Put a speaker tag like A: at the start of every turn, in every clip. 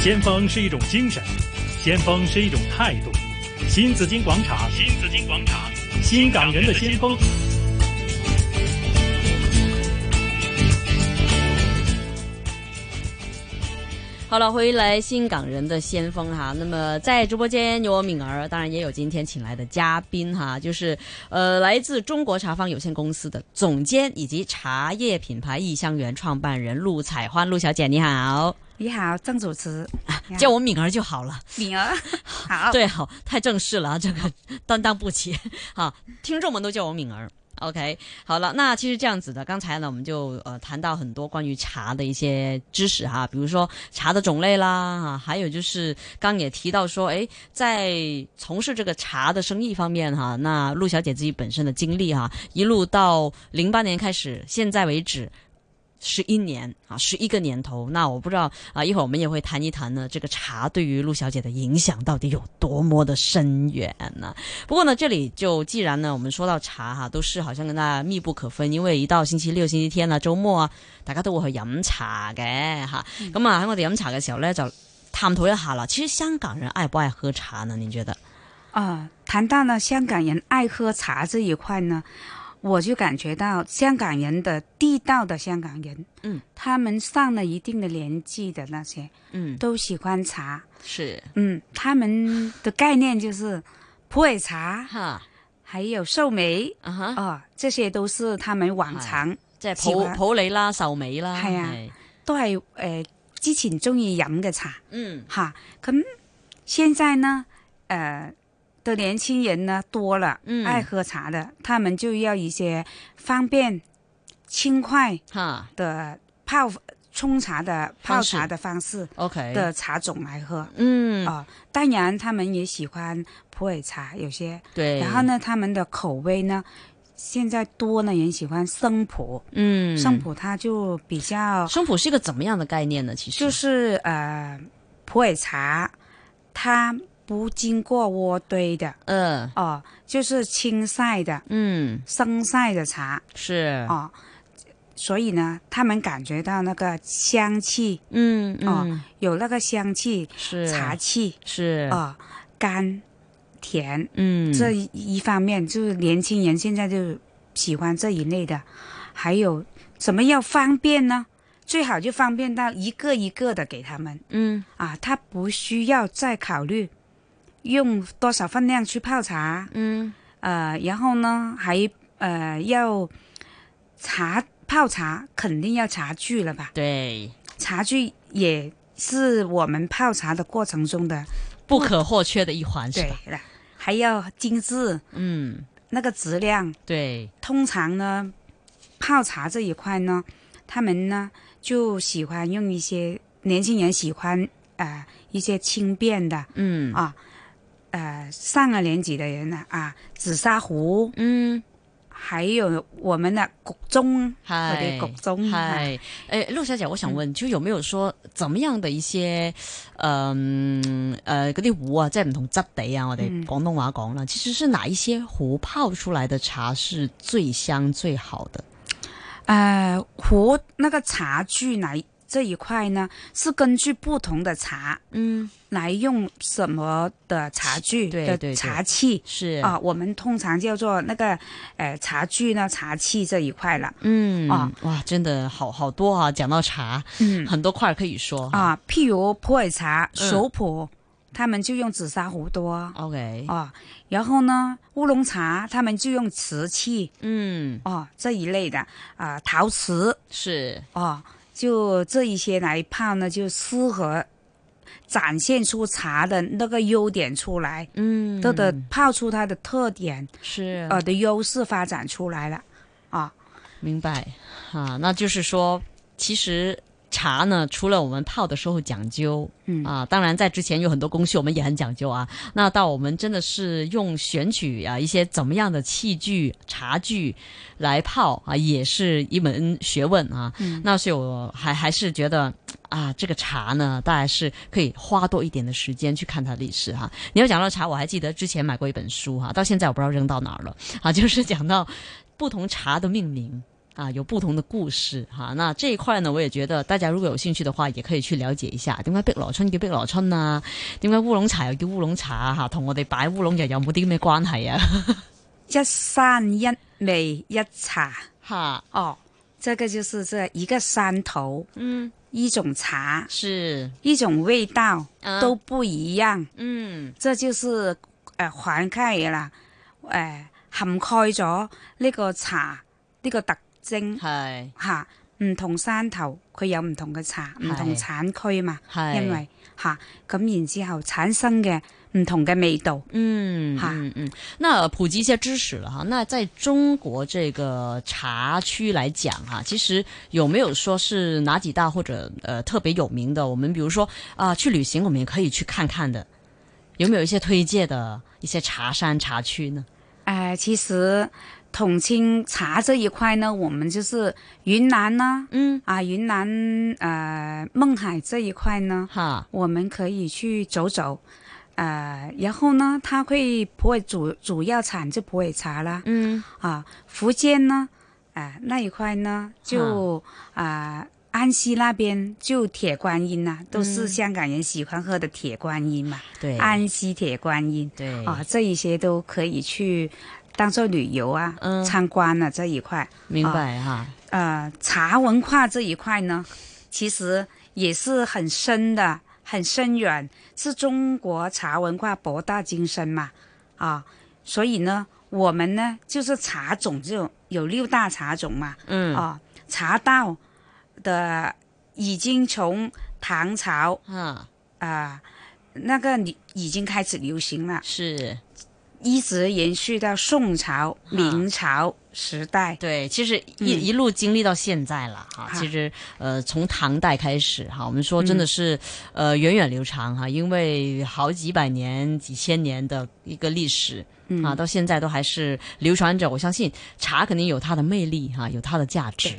A: 先锋是一种精神，先锋是一种态度。新紫金广场，
B: 新紫金广场，
A: 新港人的先锋。
C: 好了，回来新港人的先锋哈。那么在直播间有我敏儿，当然也有今天请来的嘉宾哈，就是呃来自中国茶坊有限公司的总监以及茶叶品牌异香园创办人陆彩欢陆小姐，你好。
D: 你好，郑主持，
C: 叫我敏儿就好了。
D: 敏 儿，好，
C: 对，好，太正式了啊，这个担当不起。好，听众们都叫我敏儿。OK，好了，那其实这样子的，刚才呢，我们就呃谈到很多关于茶的一些知识哈，比如说茶的种类啦，哈，还有就是刚也提到说，哎，在从事这个茶的生意方面哈，那陆小姐自己本身的经历哈，一路到零八年开始，现在为止。十一年啊，十一个年头。那我不知道啊，一会儿我们也会谈一谈呢，这个茶对于陆小姐的影响到底有多么的深远呢、不过呢，这里就既然呢，我们说到茶哈、都是好像跟大家密不可分，因为一到星期六、星期天啊、周末啊，大家都會去飲茶嘅吓。
D: 嗯
C: 咁、啊，喺我哋飲茶嘅時候咧，就探討一下啦。其實香港人愛不愛喝茶呢？你覺得？
D: 啊，谈到呢香港人爱喝茶这一块呢，我就感觉到香港人的地道的香港人，
C: 嗯，
D: 他们上了一定的年纪的那些
C: 嗯，
D: 都喜欢茶，
C: 是
D: 嗯，他们的概念就是普洱茶，
C: 哈
D: 还有寿眉
C: 啊哈，
D: 啊，这些都是他们往常
C: 即係
D: 喜
C: 普
D: 歡
C: 普洱啦、壽眉啦，
D: 係啊
C: 係
D: 都係诶、呃之前中意飲嘅茶
C: 嗯
D: 哈。咁現在呢，呃的年輕人呢多了，
C: 嗯
D: 愛喝茶的，他們就要一些方便、轻快
C: 哈
D: 的泡冲茶的泡
C: 方式
D: 茶的方式
C: ，OK
D: 的茶种来喝。
C: 嗯，
D: 啊、当然他们也喜欢普洱茶，有些。
C: 对。
D: 然后？呢，他们的口味呢，現在多呢人喜欢生普，
C: 嗯，
D: 生普它就比较
C: 生普是一个怎么样的概念呢？其实
D: 就是呃，普洱茶，它不经过渥堆的
C: 嗯
D: 哦，就是青晒的、
C: 嗯
D: 生晒的茶
C: 是
D: 哦，所以呢，他们感觉到那个香气，
C: 嗯嗯、
D: 哦有那个香气、
C: 是
D: 茶气
C: 是
D: 啊、哦，甘甜
C: 嗯
D: 这一一方面，就是年轻人现在就喜欢这一类的，还有怎么要方便呢？最好就方便到一个一个的给他们。
C: 嗯
D: 啊，他不需要再考虑用多少分量去泡茶，
C: 嗯
D: 呃，然后呢还呃要茶泡茶肯定要茶具了吧？
C: 对
D: 茶具也是我们泡茶的过程中的
C: 不可或缺的一环是
D: 对
C: 吧？
D: 了，还要精致
C: 嗯
D: 那个质量。
C: 对
D: 通常呢，泡茶这一块呢，他们呢就喜欢用一些年轻人喜欢呃一些轻便的。
C: 嗯
D: 啊，呃，上了年纪的人呢啊，紫砂壶，
C: 嗯
D: 还有我们的谷中，我
C: 嗨
D: 哋局中啊，嗯
C: 嗨哎陆小姐，我想问，就有沒有說怎麼樣的一些嗯誒嗰啲壺啊，即係唔同質地啊，我哋
D: 嗯
C: 廣東話講啦，其實是哪一些壺泡出來的茶是最香最好的？
D: 呃，壶那个茶具来这一块呢，是根据不同的茶
C: 嗯，
D: 来用什么的茶具
C: 对对对
D: 的茶器。
C: 是
D: 啊，我们通常叫做那个，呃，茶具呢，茶器这一块了。
C: 嗯
D: 啊
C: 哇，真的好好多啊！讲到茶，
D: 嗯
C: 很多块儿可以说。
D: 啊，譬如普洱茶、
C: 嗯
D: 熟普，他们就用紫砂壶多。
C: OK，
D: 啊，然后呢，乌龙茶他们就用瓷器
C: 嗯，
D: 哦这一类的啊、陶瓷
C: 是
D: 哦，就这一些来泡呢，就适合展现出茶的那个优点出来，
C: 嗯，
D: 它的泡出它的特点
C: 是
D: 呃的优势发展出来了啊，
C: 明白啊，那就是说，其实茶呢，除了我们泡的时候讲究，
D: 嗯
C: 啊，当然在之前有很多工序，我们也很讲究啊。那到我们真的是用选取啊一些怎么样的器具、茶具来泡啊，也是一门学问啊。
D: 嗯
C: 那所以我还还是觉得。啊，这个茶呢，大概是可以花多一点的时间去看它的历史哈。你要讲到茶，我还记得之前买过啊一本书哈，到现在我不知道扔到哪儿了啊，就是讲到不同茶的命名啊，有不同的故事吓、啊那这一块呢，我也觉得大家如果有興趣嘅話，亦可以去了解一下點解碧螺春叫碧螺春啊？點解烏龍茶又叫烏龍茶啊？嚇同我哋擺烏龍又有冇啲咩關係啊？
D: 一山一味一茶
C: 哈，
D: 哦，这个就是这一个山头，
C: 嗯，
D: 一种茶，
C: 是，
D: 一种味道
C: 啊
D: 都不一样，
C: 嗯
D: 这就是呃誒涵蓋啦，誒、呃涵蓋咗呢個茶呢、個特徵
C: 係
D: 嚇。唔同山頭佢有唔同嘅茶，唔
C: 係
D: 同產區嘛，
C: 係，
D: 因為嚇咁然之後產生嘅唔同嘅味道。
C: 嗯
D: 哈
C: 嗯嗯，那普及一下知识了哈。那在中国这个茶区来讲哈，其实有没有说是哪几大或者呃特别有名的？我们比如说啊、去旅行我们也可以去看看的，有没有一些推介的一些茶山茶区呢？
D: 呃，其實同青茶這一塊呢，我們就是雲南呢，
C: 嗯，
D: 啊雲南呃勐海這一塊呢，
C: 哈，
D: 我們可以去走走。呃，然後呢，它會普洱主主要產就普洱茶啦，
C: 嗯，
D: 啊，福建呢，啊、那一塊呢就啊、安溪那邊就鐵觀音呐、都是香港人喜歡喝的鐵觀音嘛，
C: 嗯对，
D: 安溪鐵觀音。
C: 对，
D: 哎啊，这一些都可以去当做旅游啊、
C: 嗯
D: 参观啊这一块。
C: 明白哈，
D: 呃，茶文化这一块呢，其实也是很深的、很深远，是中国茶文化博大精深嘛。啊，所以呢，我们呢就是茶种就有六大茶种嘛。
C: 嗯，
D: 啊，茶道的已经从唐朝
C: 哈，
D: 啊、那个你已经开始流行了。
C: 是
D: 一直延续到宋朝、明朝时代。
C: 对，其实
D: 嗯
C: 一、一路经历到现在了哈。
D: 啊
C: 其实呃，从唐代开始哈，我们说真的
D: 嗯
C: 是、呃源远流长哈，因为好几百年、几千年的一个历史
D: 嗯
C: 啊，到现在都还是流传着。我相信茶肯定有它的魅力哈，有它的价值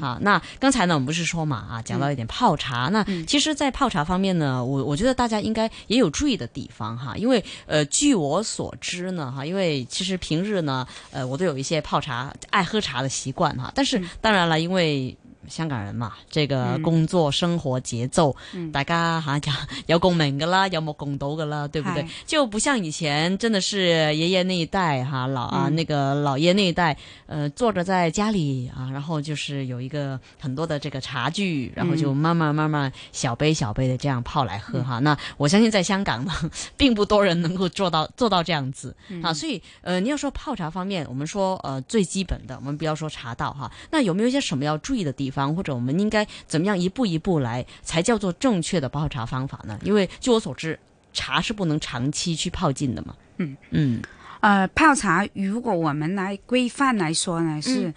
C: 啊。那刚才呢，我们不是说嘛啊，讲到一点泡茶，那其实，在泡茶方面呢，我我觉得大家应该也有注意的地方哈，因为呃，据我所知呢哈，因为其实平日呢，呃，我都有一些泡茶、爱喝茶的习惯哈。但是当然了，因为香港人嘛，这個工作生活節奏，大家嚇、 有有共鳴噶啦，有目共睹噶啦，對不對
D: 係？
C: 就不像以前，真的是爺爺那一代哈、老啊、那個老爺那一代，呃，坐着在家里啊，然後就是有一個很多的這個茶具，然後就慢慢慢慢小杯小杯的這樣泡來喝哈、那我相信在香港呢，并不多人能夠做到做到這樣子。啊，所以呃，你要说泡茶方面，我们说呃最基本的，我们不要说茶道哈，那有没有一些什么要注意的地方，或者我们应该怎么样一步一步来，才叫做正确的泡茶方法呢？因为据我所知，茶是不能长期去泡浸的嘛。
D: 嗯
C: 嗯
D: 呃，泡茶如果我们来规范来说呢，
C: 嗯
D: 是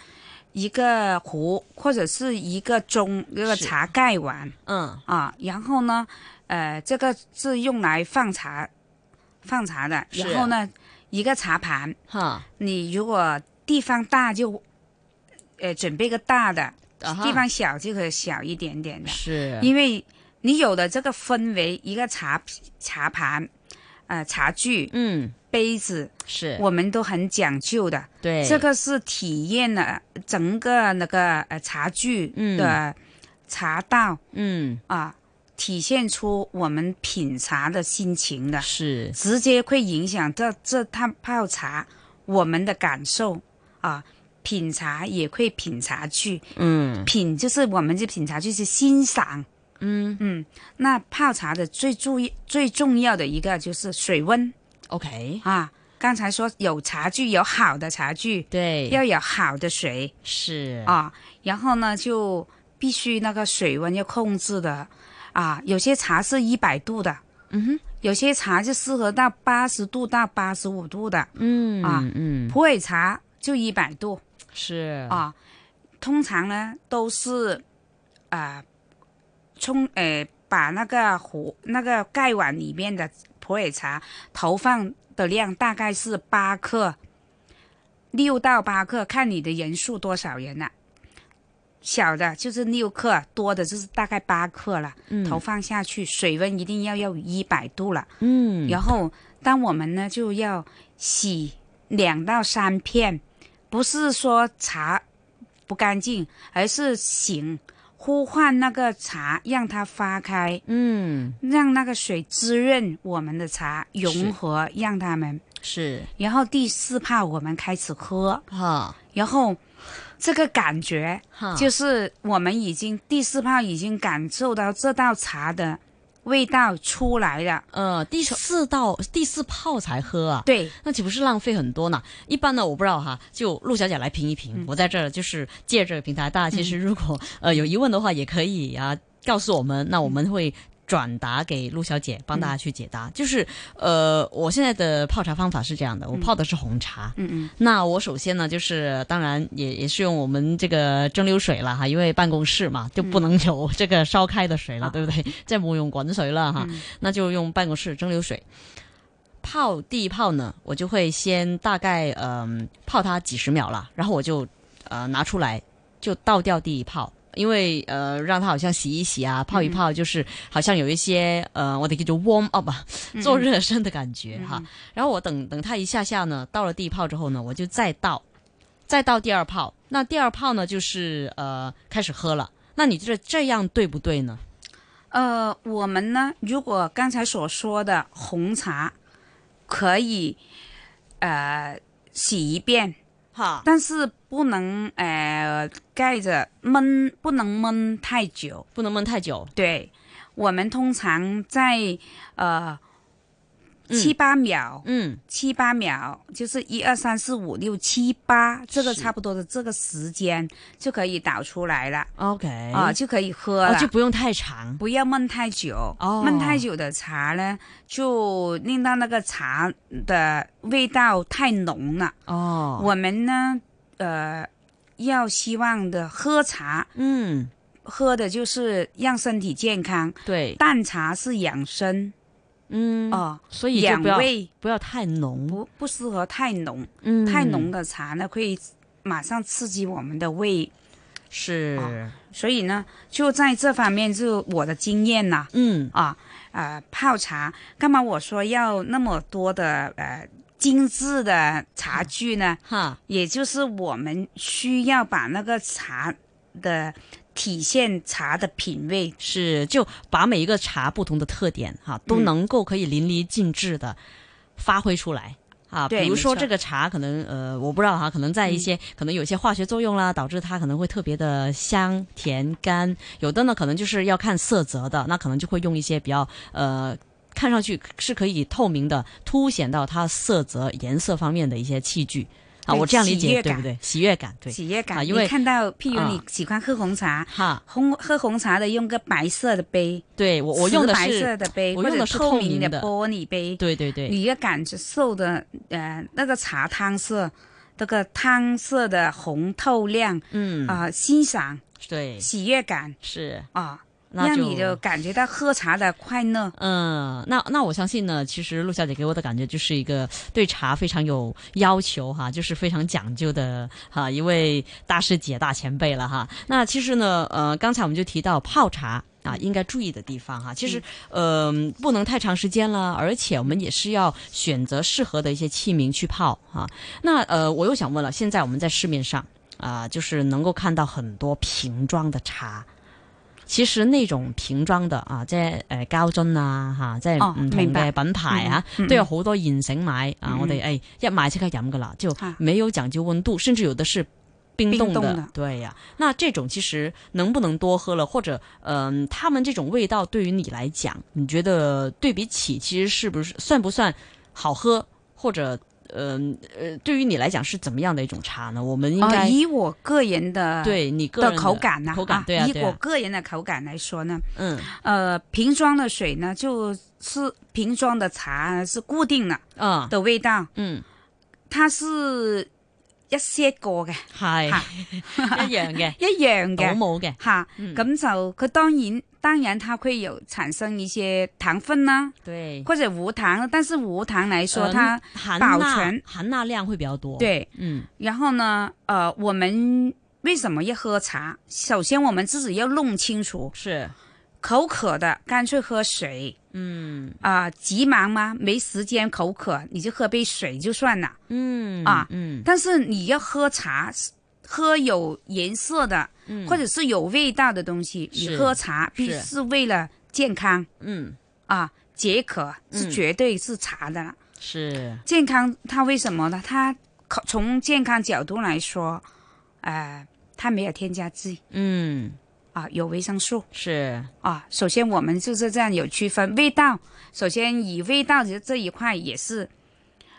D: 一个壶或者是一个盅，一个
C: 是
D: 茶盖碗
C: 嗯
D: 啊，然后呢，呃，这个是用来放茶放茶的，
C: 是
D: 然后呢，一个茶盘，
C: 哈，
D: 你如果地方大就。呃，准备个大的，
C: 啊哈
D: 地方小就可以小一点点的。
C: 是
D: 因为你有了这个氛围，一个茶茶盘，呃，茶具、
C: 嗯
D: 杯子，
C: 是
D: 我们都很讲究的。
C: 对
D: 这个是体验了整个那个呃茶具
C: 嗯
D: 的茶道
C: 嗯
D: 啊、体现出我们品茶的心情的，
C: 是
D: 直接会影响这这趟泡茶我们的感受啊。品茶也会品茶具，
C: 嗯
D: 品就是我们这品茶就是欣赏，
C: 嗯
D: 嗯，那泡茶的最注意最重要的一个就是水温
C: OK
D: 啊。刚才说有茶具，有好的茶具，
C: 对
D: 要有好的水
C: 是
D: 啊。然后呢，就必须那个水温要控制的啊。有些茶是一百度的，
C: 嗯哼
D: 有些茶就适合到八十度到八十五度的。
C: 嗯
D: 啊
C: 嗯
D: 普洱茶就一百度
C: 是
D: 啊。通常呢都是啊、冲呃把那个壶那个盖碗里面的普洱茶投放的量大概是八克，六到八克，看你的人数多少人了、小的就是六克，多的就是大概八克了。投放下去，水温一定要要一百度了。
C: 嗯
D: 然后，当我们呢就要洗两到三片，不是说茶不干净，而是醒呼唤那个茶，让它发开，
C: 嗯，
D: 让那个水滋润我们的茶，
C: 是
D: 融合让它们。
C: 是
D: 然后第四泡我们开始喝，
C: 哈
D: 然后这个感觉
C: 哈，
D: 就是我们已经第四泡已经感受到这道茶的味道出来了。
C: 呃第四道第四泡才喝啊。
D: 对，
C: 那岂不是浪费很多呢？一般呢，我不知道哈，就陆小姐来评一评。我在这儿就是借这个平台，大家其实如果、呃有疑问的话，也可以啊告诉我们，那我们会。转达给陆小姐，帮大家去解答。就是，呃，我现在的泡茶方法是这样的，我泡的是红茶。
D: 嗯嗯，
C: 那我首先呢，就是当然也也是用我们这个蒸馏水了哈，因为办公室嘛就不能有这个烧开的水了，对不对？再不用滚水了哈，那就用办公室蒸馏水。泡第一泡呢，我就会先大概嗯、泡它几十秒啦，然后我就呃拿出来就倒掉第一泡，因为呃让它好像洗一洗啊，泡一泡就是、好像有一些呃我得叫做 warm up 啊，做热身的感觉、哈。然后我等等它一下下呢，到了第一泡之后呢，我就再倒，再倒第二泡。那第二泡呢，就是呃开始喝了。那你觉得这样对不对呢？
D: 呃，我们呢，如果刚才所说的红茶可以呃洗一遍，
C: 哈，
D: 但是不能呃盖着焖，不能焖太久。
C: 不能焖太久。
D: 对，我们通常在呃
C: 嗯
D: 七八秒，
C: 嗯，
D: 七八秒就是一二三四五六七八这个
C: 是
D: 差不多的这个时间就可以倒出来了
C: OK
D: 啊、就可以喝
C: 哦
D: 了。
C: 就不用太长。
D: 不要焖太久，
C: 哦
D: 焖太久的茶呢，就令到那个茶的味道太浓了。
C: 哦，
D: 我们呢，呃，要希望的喝茶，
C: 嗯，
D: 喝的就是让身体健康，
C: 对，
D: 淡茶是养生
C: 嗯，
D: 哦，
C: 所以就
D: 养
C: 不要
D: 胃
C: 不要太浓，
D: 不不适合太浓，
C: 嗯，
D: 太浓的茶呢会马上刺激我们的胃，
C: 是，
D: 哦所以呢，就在这方面，就我的经验呐、
C: 嗯，
D: 啊，呃，泡茶干嘛我说要那么多的呃精致的茶具呢？
C: 哈，
D: 也就是我们需要把那个茶的体现茶的品味，
C: 是，就把每一个茶不同的特点哈、都
D: 嗯
C: 能够可以淋漓尽致的发挥出来。啊，比
D: 对
C: 如
D: 没
C: 说
D: 错嗯
C: 这个茶可能呃，我不知道哈，可能在一些、可能有一些化学作用啦，导致它可能会特别的香甜甘。有的呢，可能就是要看色泽的，那可能就会用一些比较呃，看上去是可以透明的，凸显到它色泽、颜色方面的一些器具。啊，
D: 对
C: 我这样理
D: 喜
C: 解
D: 悦
C: 对
D: 感
C: 不对？喜悦感对，
D: 喜悦感。
C: 啊因为
D: 你看到，譬如
C: 啊
D: 你喜欢喝红茶，
C: 哈，
D: 红喝红茶的用个白色的杯，
C: 对我我用的
D: 瓷白
C: 是
D: 色，的杯，
C: 我
D: 或
C: 用
D: 者
C: 的是透
D: 透明
C: 明的
D: 玻璃杯，
C: 对对对，
D: 你要感受的呃那个茶汤色，那个汤色的红透亮
C: 嗯，
D: 啊、欣赏
C: 对，
D: 喜悦感
C: 是。
D: 啊、
C: 那
D: 让
C: 就
D: 你就感觉到喝茶的快乐。
C: 嗯，那那我相信呢，其实陆小姐给我的感觉就是一个对茶非常有要求哈，就是非常讲究的哈一位大师姐、大前辈了哈。那其实呢，呃，刚才我们就提到泡茶。啊，应该注意的地方哈，其实，嗯、不能太长时间了，而且我们也是要选择适合的一些器皿去泡啊。那呃，我又想问了，现在我们在市面上啊、就是能够看到很多瓶装的茶，其实那種瓶裝嘅啊，即係誒膠樽啊嚇，即係
D: 哦
C: 唔同
D: 明
C: 嘅
D: 白
C: 品牌啊，
D: 嗯嗯
C: 都有好多現成買啊，
D: 嗯
C: 我哋誒、哎一買即刻飲噶啦，就
D: 啊
C: 沒有講究温度，甚至有的是冰凍
D: 冰
C: 的，
D: 凍的
C: 對呀、那這種其實能不能多喝了，或者嗯、他們這種味道對於你來講，你覺得對比起其實是不是算不算好喝，或者嗯呃對於你來講是怎麼樣的一種茶呢？我們應
D: 啊、
C: 該、
D: 以我个人的
C: 對你個人
D: 的口感呢、啊，
C: 口感對啊
D: 以
C: 對
D: 我
C: 啊，
D: 个人的口感来说呢，
C: 嗯
D: 呃，瓶装的水呢，就是瓶装的茶是固定的
C: 啊
D: 的味道，
C: 嗯。
D: 它是一些个嘅
C: 系一样嘅，
D: 啊 一样
C: 倒
D: 嘅。
C: 冇嘅，
D: 吓，
C: 嗯
D: 咁就佢當然當然它會有產生一些糖分啦，
C: 对，
D: 或者無糖，但是無糖來說
C: 呃
D: 它、
C: 含
D: 保
C: 钠
D: 存
C: 含钠量会比较多。，
D: 對。
C: 嗯，
D: 然後呢，呃，我們為什麼要喝茶？首先我們自己要弄清楚，
C: 是，
D: 口渴的乾脆喝水
C: 嗯
D: 啊、急忙嗎？沒時間口渴，你就喝杯水就算了。
C: 嗯
D: 啊
C: 嗯
D: 但是你要喝茶，喝有颜色的，
C: 嗯
D: 或者是有味道的东西，你
C: 是
D: 喝茶必
C: 是
D: 是为了健康
C: 嗯
D: 啊，解渴是
C: 嗯
D: 绝对是茶的了。
C: 是
D: 健康它为什么呢？它可从健康角度来说，呃，它没有添加剂
C: 嗯
D: 啊，有维生素
C: 是
D: 啊。首先我们就是这样有区分味道，首先以味道这这一块也是，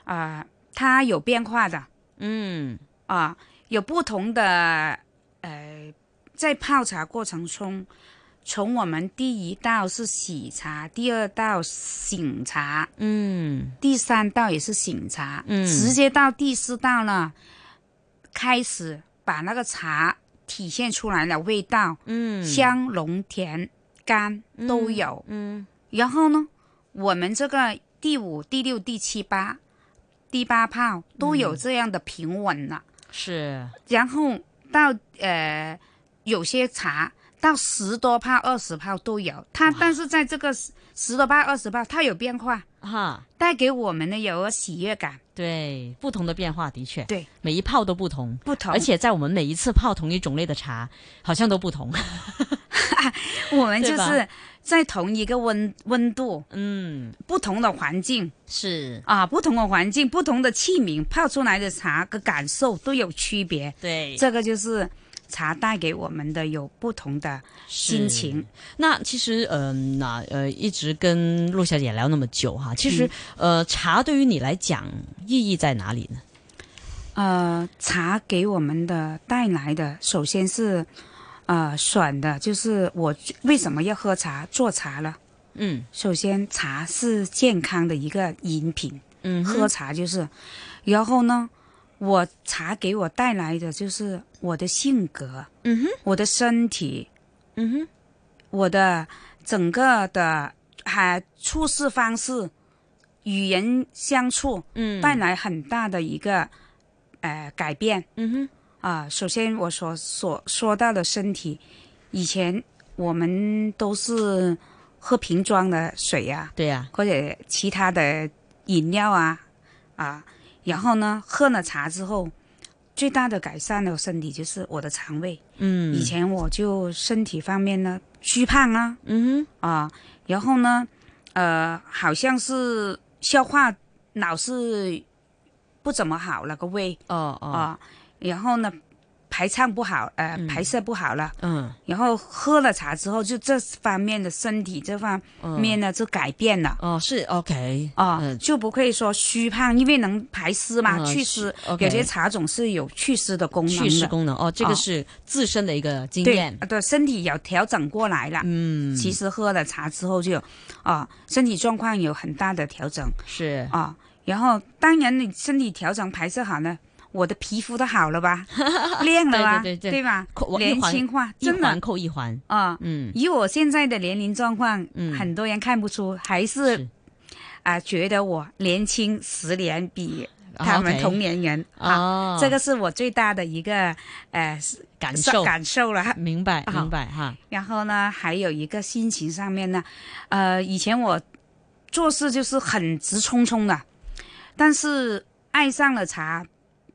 D: 啊、它有变化的
C: 嗯
D: 啊，有不同的呃，在泡茶过程中。从我们第一道是喜茶，第二道醒茶，
C: 嗯
D: 第三道也是醒茶，
C: 嗯
D: 直接到第四道了，开始把那个茶体现出来了，味道、
C: 嗯
D: 香、浓、甜、甘都有。
C: 嗯
D: 然后呢，我们这个第五、第六、第七、八、第八泡都
C: 嗯
D: 有这样的平稳了。
C: 是
D: 然后到呃，有些茶到十多泡、二十泡都有，它但是在这个十十多泡、二十泡，它有变化。
C: 哈。
D: 带给我们的有喜悦感，
C: 对，不同的变化的确，
D: 对，
C: 每一泡都不同，
D: 不同，
C: 而且在我们每一次泡同一种类的茶，好像都不同。
D: 我们就
C: 对吧
D: 是在同一个温温度、
C: 嗯，
D: 不同的环境
C: 是，
D: 啊，不同的环境、不同的器皿泡出来的茶的感受都有区别，
C: 对，
D: 这个就是茶带给我们的有不同的心情。
C: 那其实，嗯、那呃，一直跟陆小姐聊那么久哈，其实，呃，茶对于你来讲意义在哪里呢？
D: 呃，茶给我们的带来的，首先是呃选的，就是我为什么要喝茶、做茶了。
C: 嗯
D: 首先，茶是健康的一个饮品。
C: 嗯哼，
D: 喝茶就是，然后呢，我茶给我带来的就是我的性格，
C: 嗯哼，
D: 我的身体，
C: 嗯哼，
D: 我的整个的还处事方式，与人相处
C: 嗯，
D: 带来很大的一个、呃改变
C: 嗯哼，
D: 啊、首先我所所说到的身体，以前我们都是喝瓶装的水呀、
C: 对啊呀、
D: 或者其他的饮料啊啊，然后呢，喝了茶之后，最大的改善了身体就是我的肠胃。
C: 嗯，
D: 以，前我就身体方面呢虚胖啊
C: 嗯
D: 啊，然后呢，呃，好像是消化老是不怎么好了个胃
C: 哼，哦哦，
D: 啊，然后呢排畅不好，呃，排泄不好了，
C: 嗯
D: 然后喝了茶之后，就这方面的身体这方
C: 嗯，
D: 面呢就改变了。
C: 哦是 OK，
D: 啊、
C: 嗯
D: 就不会说虚胖，因为能排湿嘛，
C: 嗯
D: 祛湿。
C: OK
D: 有些茶种是有祛湿的功能的，
C: 去湿功能哦，这个
D: 哦
C: 是自身的一个经
D: 对啊
C: 验，
D: 对，身体有调整过来了。
C: 嗯，
D: 其实喝了茶之后就，啊、身体状况有很大的调整
C: 是
D: 啊、然后当然你身体调整排泄好了，我的皮肤都好 了吧，亮了吧，
C: 对对对对
D: 吧
C: 扣我？一
D: 年
C: 环
D: 轻化，
C: 一
D: 真的
C: 环扣一环，
D: 啊、
C: 嗯，
D: 以我现在的年龄状况，
C: 嗯
D: 很多人看不出，还是
C: 是
D: 啊、觉得我年轻十年比他们
C: OK
D: 同年人啊。
C: 哦，
D: 这个是我最大的一个呃
C: 感
D: 算
C: 受，
D: 感受了。
C: 明白
D: 啊
C: 明白哈，
D: 然后呢，还有一个心情上面呢，呃，以前我做事就是很直冲冲的，但是爱上了茶，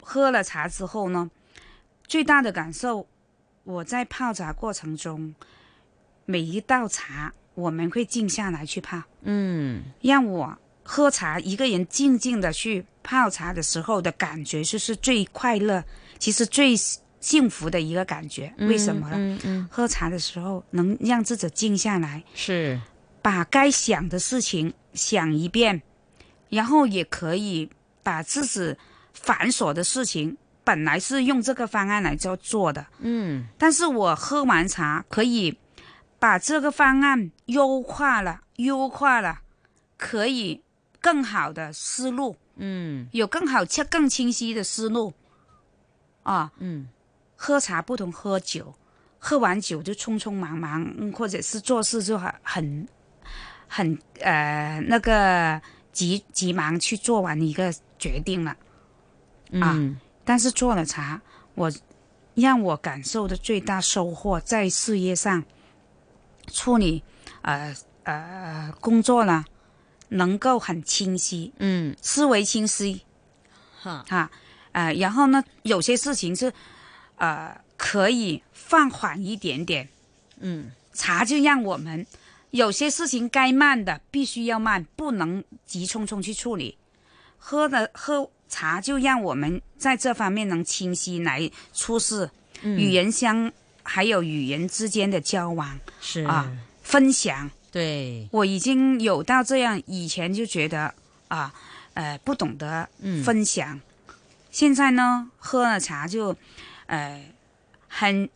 D: 喝了茶之后呢，最大的感受，我在泡茶过程中，每一道茶我们会静下来去泡，
C: 嗯
D: 让我喝茶一个人静静的去泡茶的时候的感觉，就是最快乐，其实最幸福的一个感觉。为什么呢？
C: 嗯嗯，
D: 喝茶的时候能让自己静下来，
C: 是
D: 把该想的事情想一遍，然后也可以把自己繁琐的事情，本来是用这个方案来做做的，
C: 嗯
D: 但是我喝完茶可以把这个方案优化了，优化了，可以更好的思路，
C: 嗯
D: 有更好且更清晰的思路，啊，
C: 嗯
D: 喝茶不同喝酒，喝完酒就匆匆忙忙，嗯或者是做事就很很很呃那个急急忙去做完一个决定了。啊
C: 嗯
D: 但是做了茶，我让我感受的最大收获在事业上，处理呃呃工作呢，能够很清晰，
C: 嗯
D: 思维清晰，
C: 哈
D: 啊，呃，然后呢，有些事情是，呃可以放缓一点点。
C: 嗯
D: 茶就让我们有些事情该慢的必须要慢，不能急匆匆去处理。喝的喝茶就让我们在这方面能清晰来处事，
C: 嗯，
D: 与人相还有与人之间的交往
C: 是
D: 啊，分享。
C: 对，
D: 我已经有到这样，以前就觉得啊，呃，不懂得
C: 嗯，
D: 分享。现在呢，喝了茶就，呃，很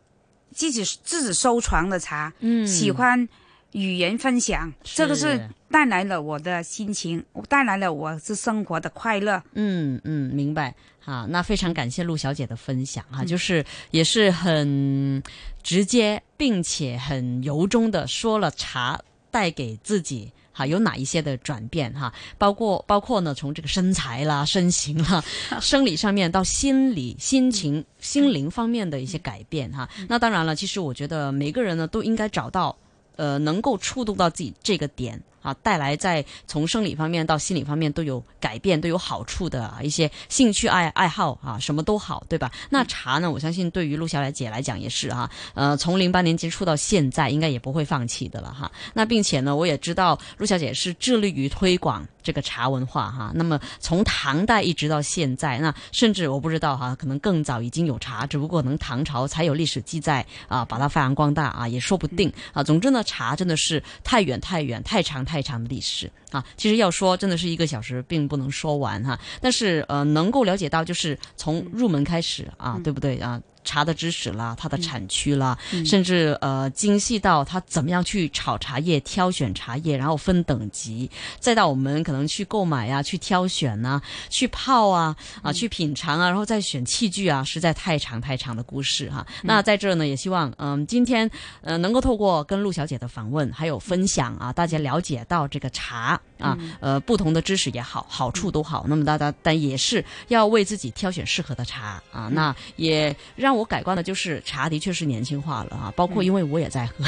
D: 自己自己收藏的茶，
C: 嗯
D: 喜欢与人分享，这个
C: 是
D: 是带来了我的心情，带来了我是生活的快乐。
C: 嗯嗯，明白。好，那非常感谢陆小姐的分享啊，就是也是很直接，并且很由衷的说了茶带给自己。哈，有哪一些的转变哈？包括包括呢，从这个身材啦、身形啦、生理上面到心理、心情、心灵方面的一些改变哈。那当然了，其实我觉得每个人呢都应该找到呃能够触动到自己这个点啊，带来在从生理方面到心理方面都有改变、都有好处的啊一些兴趣爱爱好啊，什么都好，对吧？那茶呢，我相信对于陆小来姐来讲也是啊，呃，从零八年接触到现在，应该也不会放弃的了哈。那并且呢，我也知道陆小姐是致力于推广这个茶文化哈。那么从唐代一直到现在，那甚至我不知道哈，可能更早已经有茶，只不过可能唐朝才有历史记载啊，把它发扬光大啊，也说不定啊。总之呢，茶真的是太远太远、太长太长的历史啊。其实要说，真的是一个小时并不能说完哈、但是呃，能够了解到就是从入门开始啊，对不对啊？茶的知识啦，它的产区啦，甚至呃精细到它怎么样去炒茶叶、挑选茶叶，然后分等级，再到我们可能去购买啊、去挑选呐、去泡啊、啊去品尝啊，然后再选器具啊，实在太长太长的故事哈、那在这儿呢，也希望嗯、今天呃能够透过跟陆小姐的访问还有分享啊，大家了解到这个茶啊、呃不同的知识也好，好处都好，那么大家但也是要为自己挑选适合的茶啊。那也让我改观的就是茶的确是年轻化了啊，包括因为我也在喝。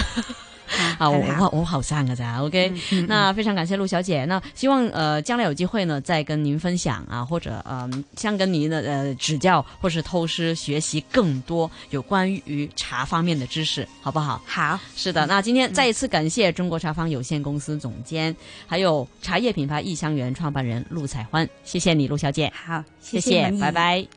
C: 啊，我
D: 嗯很好
C: 我我好上个咋？OK，、那非常感谢陆小姐。那希望呃将来有机会呢，再跟您分享啊，或者嗯、想跟您的呃指教，或是偷师学习更多有关于茶方面的知识，好不好？
D: 好，
C: 是的，那今
D: 嗯
C: 天再一次感谢中国茶坊有限公司总监，还有茶叶品牌异香园创办人陆彩欢，谢谢你，陆小姐，
D: 好，
C: 谢
D: 谢
C: 谢
D: 文，怡
C: 拜拜。